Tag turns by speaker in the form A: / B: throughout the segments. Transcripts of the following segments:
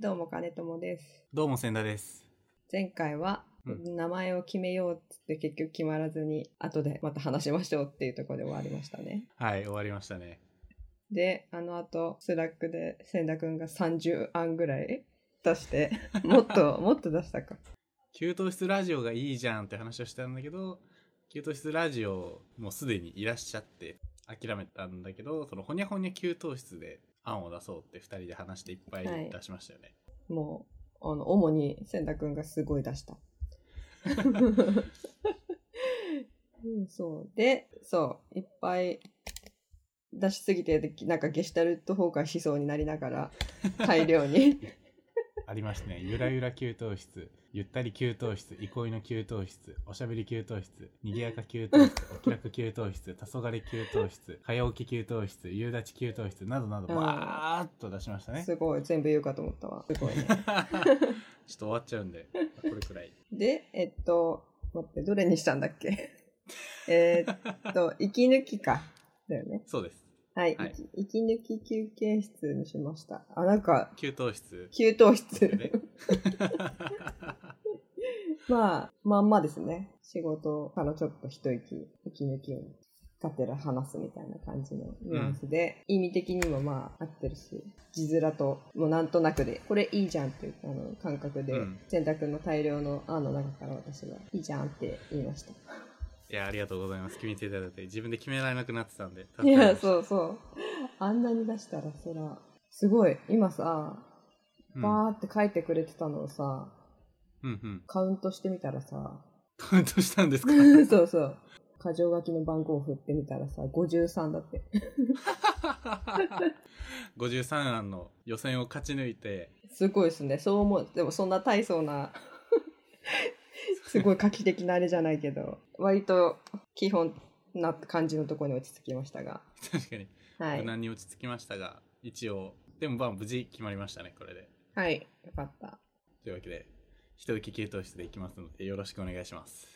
A: どうも金友です。
B: どうも千田です。
A: 前回は、
B: うん
A: 名前を決めようっつって結局決まらずに、後でまた話しましょうっていうところで終わりましたね。
B: はい、終わりましたね。
A: で、あの後、スラックで千田くんが30案ぐらい出 して、もっと、もっと出したか。
B: 給湯室ラジオがいいじゃんって話をしたんだけど、給湯室ラジオもうすでにいらっしゃって諦めたんだけど、そのほにゃほにゃ給湯室で案を出そうって二人で話していっぱ
A: はい
B: い出しましたよね。
A: もう、あの、主に千田くんがすごい出した。うん、そう。で、そう、いっぱい出しすぎて、なんかゲシュタルト崩壊しそうになりながら、大量に。
B: ありましたね。ゆらゆら給湯室、ゆったり給湯室、憩いの給湯室、おしゃべり給湯室、にぎやか給湯室、お気楽給湯室、黄昏給湯室、早起き給湯室、夕立給湯室などなど、
A: うん
B: バーっと出しましたね。
A: すごい、全部言うかと思ったわ。すごいね。
B: ちょっと終わっちゃうんで、これくらい。
A: で、えっと、待って、どれにしたんだっけ えーっと、息抜きか。だよね。
B: そうです。
A: はい、
B: はい
A: 息息抜き休憩室にしました。あ、なんか、
B: 給湯室
A: 給湯
B: ですよ
A: 室。
B: ね。
A: まあ、まんまですね。仕事からちょっと一息、息抜きをがてら話すみたいな感じのニュアンスで、意味的にもまあ合ってるし、字面と、もうなんとなくで、これいいじゃんっていうあの感覚で、
B: うん
A: 選択の大量の案の中から私がいいじゃんって言いました。
B: いや、ありがとうございます。決めていただいて、自分で決められなくなってたんで。
A: いや、
B: う。
A: そうそう。あんなに出したら、そら、すごい、今さ、
B: うん、うん、
A: バーって書いてくれてたのをさ、
B: うん。
A: カウントしてみたらさ、
B: カウ ントしたんですか
A: そうそう。箇条書きの番号を振ってみたらさ、53だって。
B: ?53 案の予選を勝ち抜いて、
A: すごいですね。そう思う。でもそんな大層な、 すごい画期的なあれじゃないけど、割と基本な感じのところに落ち着きましたが。
B: 確かに
A: は
B: 無
A: い。
B: 難に落ち着きましたが、一応、でもまあ無事決まりましたね、これで。
A: はい。よかった。
B: というわけで、一息給湯室でいきますので、よろしくお願い します。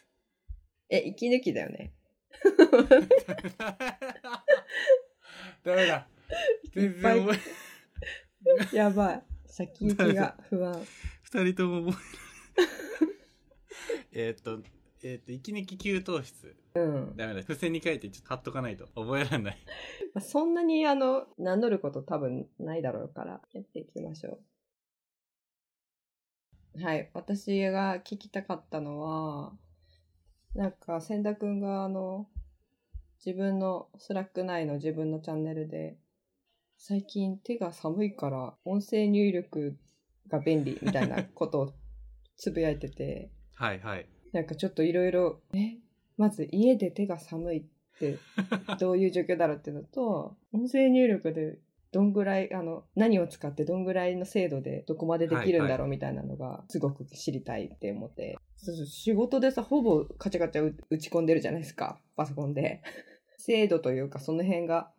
A: え、息抜きだよね。
B: ダメだ。全然覚え、
A: やばい。先行きが不安。
B: 二人とも覚 えられないえーっと、えーっと、息抜き給湯室。
A: うん。
B: ダメだ。付箋に書いてちょっと貼っとかないと覚えられない。
A: まあそんなにあの、名乗ること多分ないだろうから、やっていきましょう。はい。私が聞きたかったのは、なんか、千田くんがあの、自分の、スラック内の自分のチャンネルで、最近手が寒いから音声入力が便利みたいなことをつぶやいてて、
B: はいはい。
A: なんかちょっといろいろ、え、まず家で手が寒いっ てどういう状況だろうっていうのと、音声入力でどんぐらい、あの、何を使ってどんぐらいの精度でどこまでできるんだろうみたいなのがすごく知りたいって思って、そうそう仕事でさ、ほぼカチャカチャ打打ち込んでるじゃないですか、パソコンで。 精度というかその辺が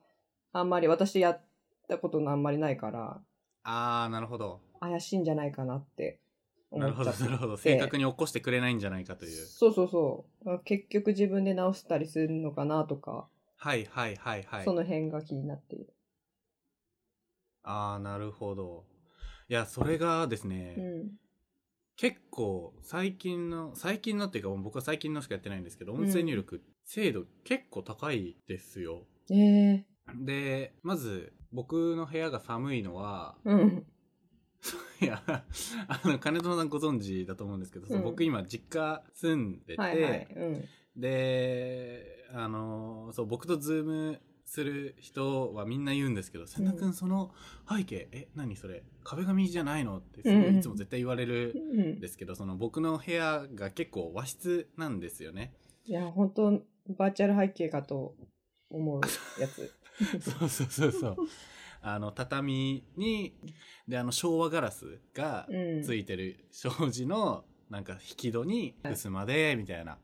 A: あんまり私やったことのあんまりないから、
B: あー、なるほど。
A: 怪しいんじゃないかなって思
B: な
A: っち
B: るほ
A: ゃ
B: ど、
A: って
B: なるほど。正確に起こしてくれないんじゃないかという。
A: そうそうそう。結局自分で直したりするのかなとか、
B: はいはいはいはい
A: そ。の辺が気になっている。
B: あー、なるほど。いや、それがですね、
A: うん。
B: 結構最近の、最近のっていうか僕は最近のしかやってないんですけど、音声入力、精度結構高いですよ。
A: え
B: で、まず僕の部屋が寒いのは、
A: ー、うん。
B: いや、あの、金友さんご存知だと思うんですけど、その
A: うん
B: 僕今実家住んでて、
A: はいはい。うん。
B: で、あの、そう、僕とズームする人はみんな言うんですけど、千田くんその背景、え、何それ壁紙じゃないのってすご
A: うんうん
B: いいつも絶対言われる
A: うん
B: んですけど、その僕の部屋が結構和室なんですよね。
A: いや、本当バーチャル背景かと思うやつ。
B: そうそうそうそう。あの、畳に、で、あの、昭和ガラスが
A: うん。
B: ついてる障子のなんか引き戸に襖でみたいな。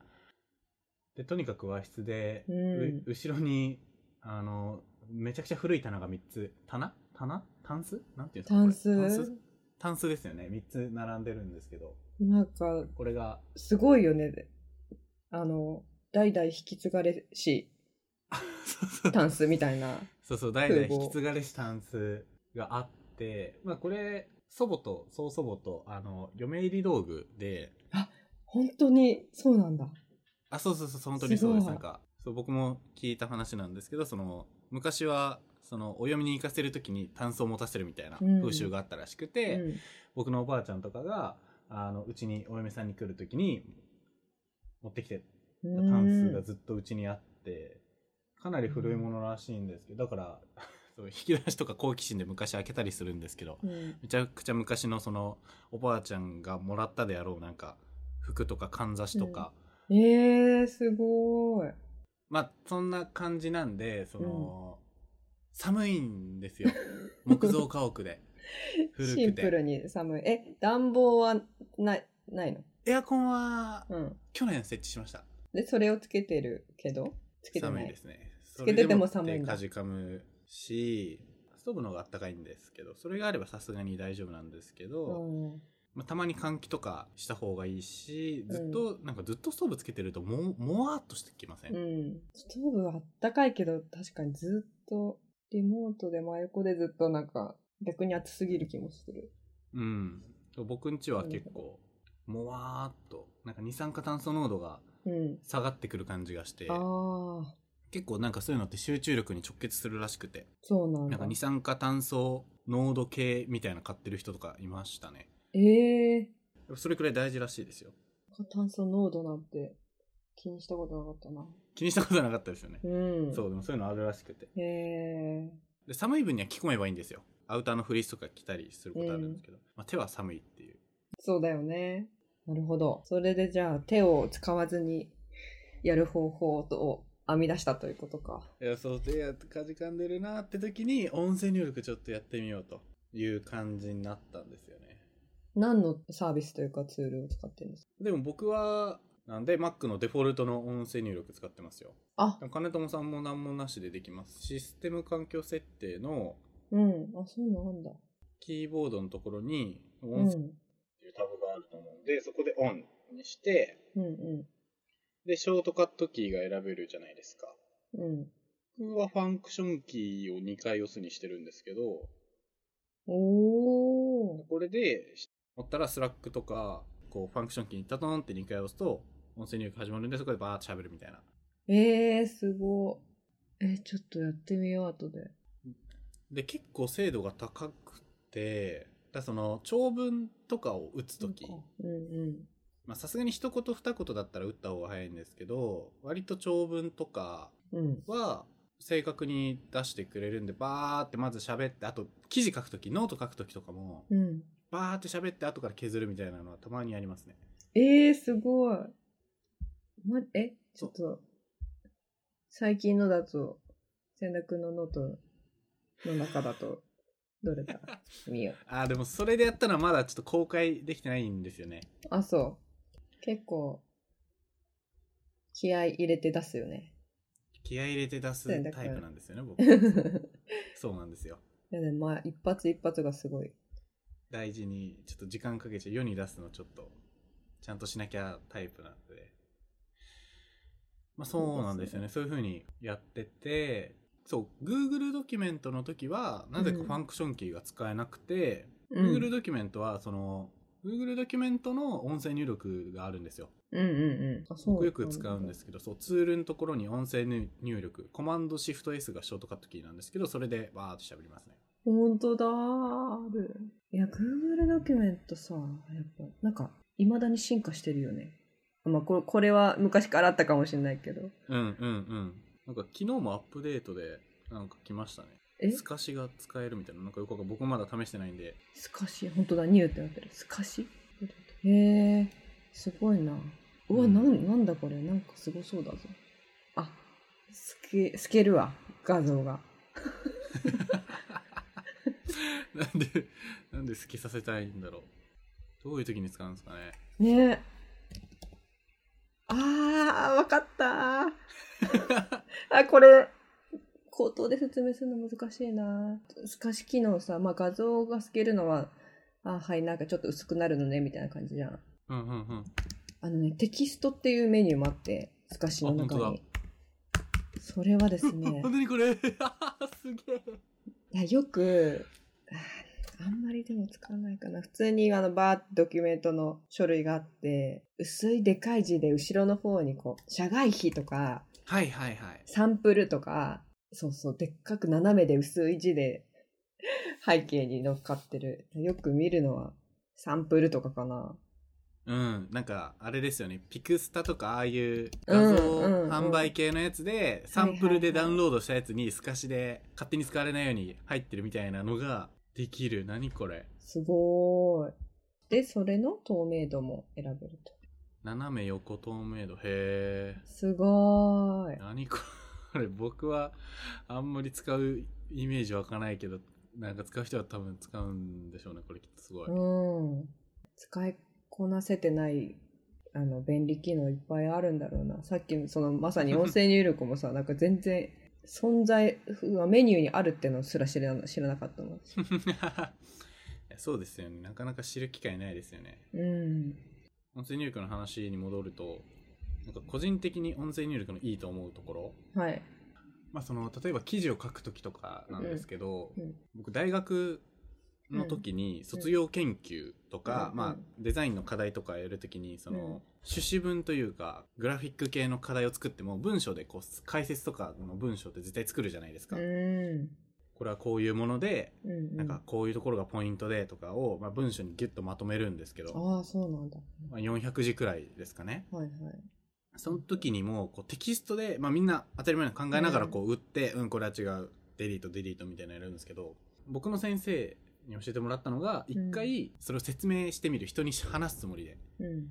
B: でとにかく和室で、
A: うん
B: う後ろにあのめちゃくちゃ古い棚が3つ棚棚タンスなんていうんですか
A: タン
B: これタン
A: ス
B: スタンスですよね3つ並んでるんですけど
A: なんか、
B: こ れが
A: すごいよね。あの、代々引き継がれし、
B: そうそう
A: タンスみたいな。
B: そうそう代々引き継がれしタンスがあってまあこれ祖母と曽祖母と、あの、嫁入り道具で、
A: 本当にそうなんだ。
B: あ、そうそうそう、本当にそうですす。
A: ごい
B: なんか、そう、僕も聞いた話なんですけど、その、昔は、その、お嫁に行かせるときに炭素を持たせるみたいな
A: うん
B: 風習があったらしく
A: う
B: て、
A: ん、
B: 僕のおばあちゃんとかが、あの、うちにお嫁さんに来るときに、持ってきて
A: う
B: タンスが
A: ん
B: ずっとうちにあって、かなり古いものらしいんですけど、だから、 そう引き出しとか好奇心で昔開けたりするんですけど、
A: うん
B: めちゃくちゃ昔のその、おばあちゃんがもらったであろうなんか、服とかかんざしとか、
A: えー、すごい。
B: まあそんな感じなんでその、寒いんです よ木造家屋で古
A: シ
B: く
A: ンプル
B: て
A: に寒い。え、暖房はないないの
B: エアコンは
A: うん。
B: 去年設置しました
A: で、それをつけてるけど、つけてな
B: 寒いで
A: い。
B: すね
A: つけてても寒いんだ
B: それでも手かじかむしストーブの方があったかいんですけどそれがあればさすがに大丈夫なんですけど、
A: うん
B: まあ、たまに換気とかした方がいいしずっと、なんかずっとストーブつけてるとももわっとしてきません、
A: うん。ストーブはあったかいけど、確かにずっとリモートで真横でずっとなんか、逆に暑すぎる気もする。
B: うん、僕ん家は結構もわーっとなんか二酸化炭素濃度が
A: うん。
B: 下がってくる感じがして
A: ああ、
B: 結構なんかそういうのって集中力に直結するらしくて
A: そうなんだ。
B: なんか二酸化炭素濃度計みたいなの買ってる人とかいましたね
A: ええ
B: それくらい大事らしいですよ
A: 炭素濃度なんて気にしたことなかったな。
B: 気にしたことなかったですよね、
A: うん。
B: そうでもそういうのあるらしくて
A: へえ
B: で寒い分には着込めばいいんですよアウターのフリースとか着たりすることあるんですけど、まあ、手は寒いっていう
A: そうだよね。なるほど。それでじゃあ手を使わずにやる方法を編み出したということか。
B: いやそう手がかじかんでるなって時に音声入力ちょっとやってみようという感じになったんですよね
A: 何のサービスというかツールを使ってるんですか
B: でも僕はなんで Mac のデフォルトの音声入力使ってますよ
A: あ、
B: 金友さんも何もなしでできますシステム環境設定の
A: うん。あ、そうなんだ。
B: キーボードのところに
A: う
B: 音
A: ん。
B: 声っていうタブがあると思うんで、そこでオンにして
A: うんう
B: でショートカットキーが選べるじゃないですか
A: ん。うん。
B: 僕はファンクションキーを2回押すにしてるんですけど
A: おー。
B: これで持ったらスラックとかこうファンクションキーにタトンって2回押すと音声入力始まるんでそこでバーッと喋るみたいな
A: えー、すごい。え、ちょっとやってみよう、後で。
B: で結構精度が高くてだからその長文とかを打つ時
A: うんうん。
B: まあさすがに一言二言だったら打った方が早いんですけど割と長文とか
A: うん。
B: は正確に出してくれるんでバーってまず喋ってあと記事書くときノート書くときとかも
A: うん。
B: バーって喋って後から削るみたいなのはたまにありますね
A: えー、すごい。ま、え、ちょっと、最近のだと、千田君のノートの中だと、ど れか見よう。
B: あーでもそれでやったのはまだちょっと公開できてないんですよね
A: あ、そう。結構、気合い入れて出すよ ね。
B: 気合い入れて出す
A: そうだ
B: タ
A: から
B: イプなんですよね僕
A: いや
B: そうなんですよ
A: でもまあ、一発一発がすごい。
B: 大事にちょっと時間かけて世に出すのちょっとちゃんとしなきゃタイプなのでまあそうなんですよねそういうふうにやっててそう Google ドキュメントの時はなぜか
A: う
B: フ
A: ん
B: ァンクションキーが使えなくて、
A: う
B: Google
A: ん。
B: ドキュメントはその Google ドキュメントの音声入力があるんですよ
A: うんうんうん。あ、そう。
B: 僕よく使うんですけどそうツールのところに音声入力コマンドシフト S がショートカットキーなんですけどそれでバーっと喋りますね
A: 本当だある。いや、Google ドキュメントさ、やっぱ、なんか、未だに進化してるよね。まあ、ここれは昔からあったかもしれないけど。
B: うんうんうんなんか昨日もアップデートでなんか来ましたね
A: え
B: 透かしが使えるみたいななんかよくわかんない僕まだ試してないんで
A: スカシ本当だ、ニューってなってる。スカシへえ、すごいな。うわ、
B: うん
A: なん、なんだこれ。なんかすごそうだぞ。あ、すけ、透けるわ。画像が。
B: なんでなんで好きさせたいんだろうどういう時に使うんですかね
A: ねえ。あー、わかったー。 あ、これ、口頭で説明するの難しいな。透かし機能さ、まあ画像が透けるのは、あ、はい、なんかちょっと薄くなるのね、みたいな感じじゃん。
B: うんうんうん
A: あのね、テキストっていうメニューもあって、透かしの中
B: あ本
A: に。それ はですね
B: 本、当にこれすげえ
A: いやよく、あーあんまりでも使わないかな。普通にあのバーってドキュメントの書類があって、薄いでかい字で後ろの方にこう、社外費とか、
B: はいはいはい。
A: サンプルとか、そうそう、でっかく斜めで薄い字で背景に乗っかってる。よく見るのはサンプルとかかな。
B: うん。なんか、あれですよね。ピクスタとか、ああいう画像
A: うんうんうん
B: 販売系のやつで、サンプルでダウンロードしたやつに透かしで勝手に使われないように入ってるみたいなのができる。何これ。
A: すごーい。で、それの透明度も選べると。
B: 斜め横透明度。へー
A: すごーい。
B: 何これ。僕はあんまり使うイメージ湧かないけど、なんか使う人は多分使うんでしょうね。これきっと すごい。
A: うん。使いこなせてない、あの、便利機能いっぱいあるんだろうな。さっきの、その、まさに音声入力もさ、なんか全然、存在、メニューにあるってのすら知らな知らなかったの。
B: いやそうですよね。なかなか知る機会ないですよね。
A: うん。
B: 音声入力の話に戻ると、なんか個人的に音声入力のいいと思うところ、
A: はい。
B: まあその、例えば記事を書くときとかなんですけど、
A: うんうん
B: 僕大学の時に卒業研究とか、
A: うん
B: ま
A: う
B: あ
A: ん
B: デザインの課題とかやるときに、その、
A: うん
B: 主旨文というか、グラフィック系の課題を作っても、文章でこう、解説とかの文章って絶対作るじゃないですか。
A: うん。
B: これはこういうもので、
A: うん
B: なんかこういうところがポイントでとかを、まあ、文章にギュッとまとめるんですけど、
A: ああそうなんだ
B: まあ、400字くらいですかね。
A: はいはい
B: その時にもこうテキストで、まあ、みんな当たり前の考えながら
A: うん
B: こう打って、うん、これは違う、デリート、デリートみたいなのやるんですけど、僕の先生に教えてもらったのが、
A: うん
B: 一回それを説明してみる、人に話すつもりで。
A: うん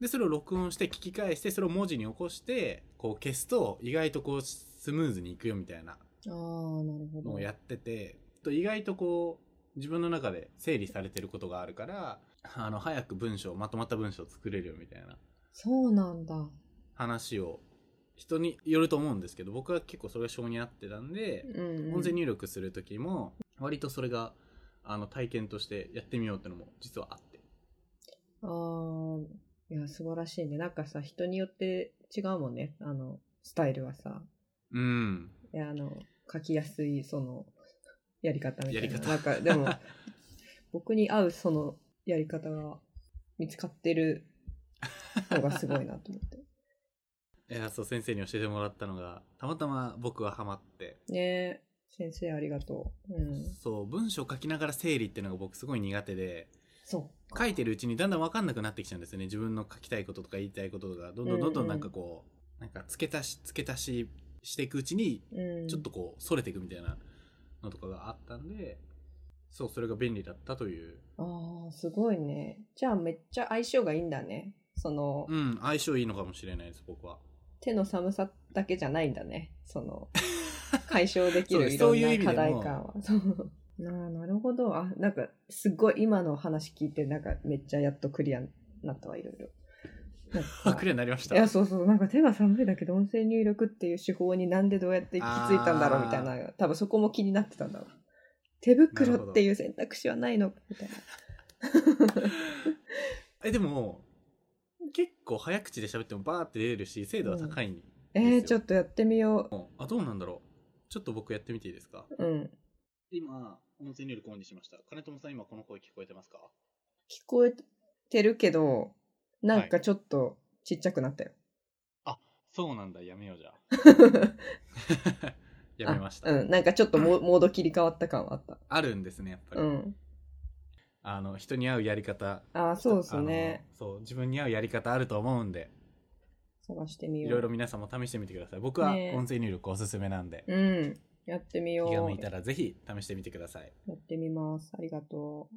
B: で、それを録音して聞き返して、それを文字に起こして、こう消すと意外とこうスムーズにいくよみたいな
A: ああなるほ
B: の
A: ど
B: をやってて、と意外とこう、自分の中で整理されてることがあるから、あの、早く文章、まとまった文章を作れるよみたいな
A: そうなんだ
B: 話を、人によると思うんですけど、僕は結構それが性に合ってたんで、
A: うん
B: 音声入力する時も、割とそれが、あの、体験としてやってみようってのも実はあって。
A: ああいや素晴らしいねなんかさ人によって違うもんねあのスタイルはさ
B: うん。
A: いやあの書きやすいそのやり方みたいな
B: やり方
A: なんかでも 僕に合うそのやり方が見つかってるのがすごいなと思 って
B: いや、そう、先生に教えてもらったのが、たまたま僕はハマって、
A: ねえ先生ありがとううん
B: そう、文章書きながら整理っていうのが僕すごい苦手で、
A: そう
B: 書いてるうちにだんだん分かんなくなってきちゃうんですよね自分の書きたいこととか言いたいこととかどんどんどんど
A: うん
B: ん
A: うん
B: なんかこう、なんか付け足し付け足ししていくうちに
A: うん
B: ちょっとこうそれていくみたいなのとかがあったんでそうそれが便利だったという
A: ああ、すごいね。じゃあめっちゃ相性がいいんだね。その、
B: うん相性いいのかもしれないです僕は
A: 手の寒さだけじゃないんだね。そ の、解消でき
B: そう
A: る
B: です
A: いろ
B: そういうん意味
A: な
B: でも
A: 課題感は。そう。なあなるほど。あ、なんか、すっごい今の話聞いて、なんかめっちゃやっとクリアになったわ、いろいろ。なんか
B: あクリアになりました
A: いや、そうそう。なんか手が寒いだけど音声入力っていう手法になんでどうやって行き着いたんだろうみたいな。多分そこも気になってたんだろう。手袋っていう選択肢はないのみたいな。
B: えでも結構早口で喋ってもバーって出るし精度は高いんですよ、
A: えー、ちょっとやってみよ
B: あどうなんだろうちょっと僕やってみていいですか
A: う。うん。
B: 今音声入力オンにしました金友さん今この声聞こえてますか
A: 聞こえてるけど、なんかちょっとちっちゃくなったよ。
B: そうなんだやめようじゃあ
A: あ
B: やめました、
A: うん、なんかちょっとモ モード切り替わった感はあった。
B: あるんですねやっぱり、
A: うん。
B: あの人に合うやり方
A: ああ、そうですね。
B: あのそう自分に合うやり方あると思うんで
A: 探してみよ。
B: いうろいろ皆さんも試してみてください僕は
A: ねえ
B: 音声入力おすすめなんで、
A: うん。やってみよ
B: 気が向
A: う
B: い。たらぜひ試してみてください
A: やってみます。ありがとう。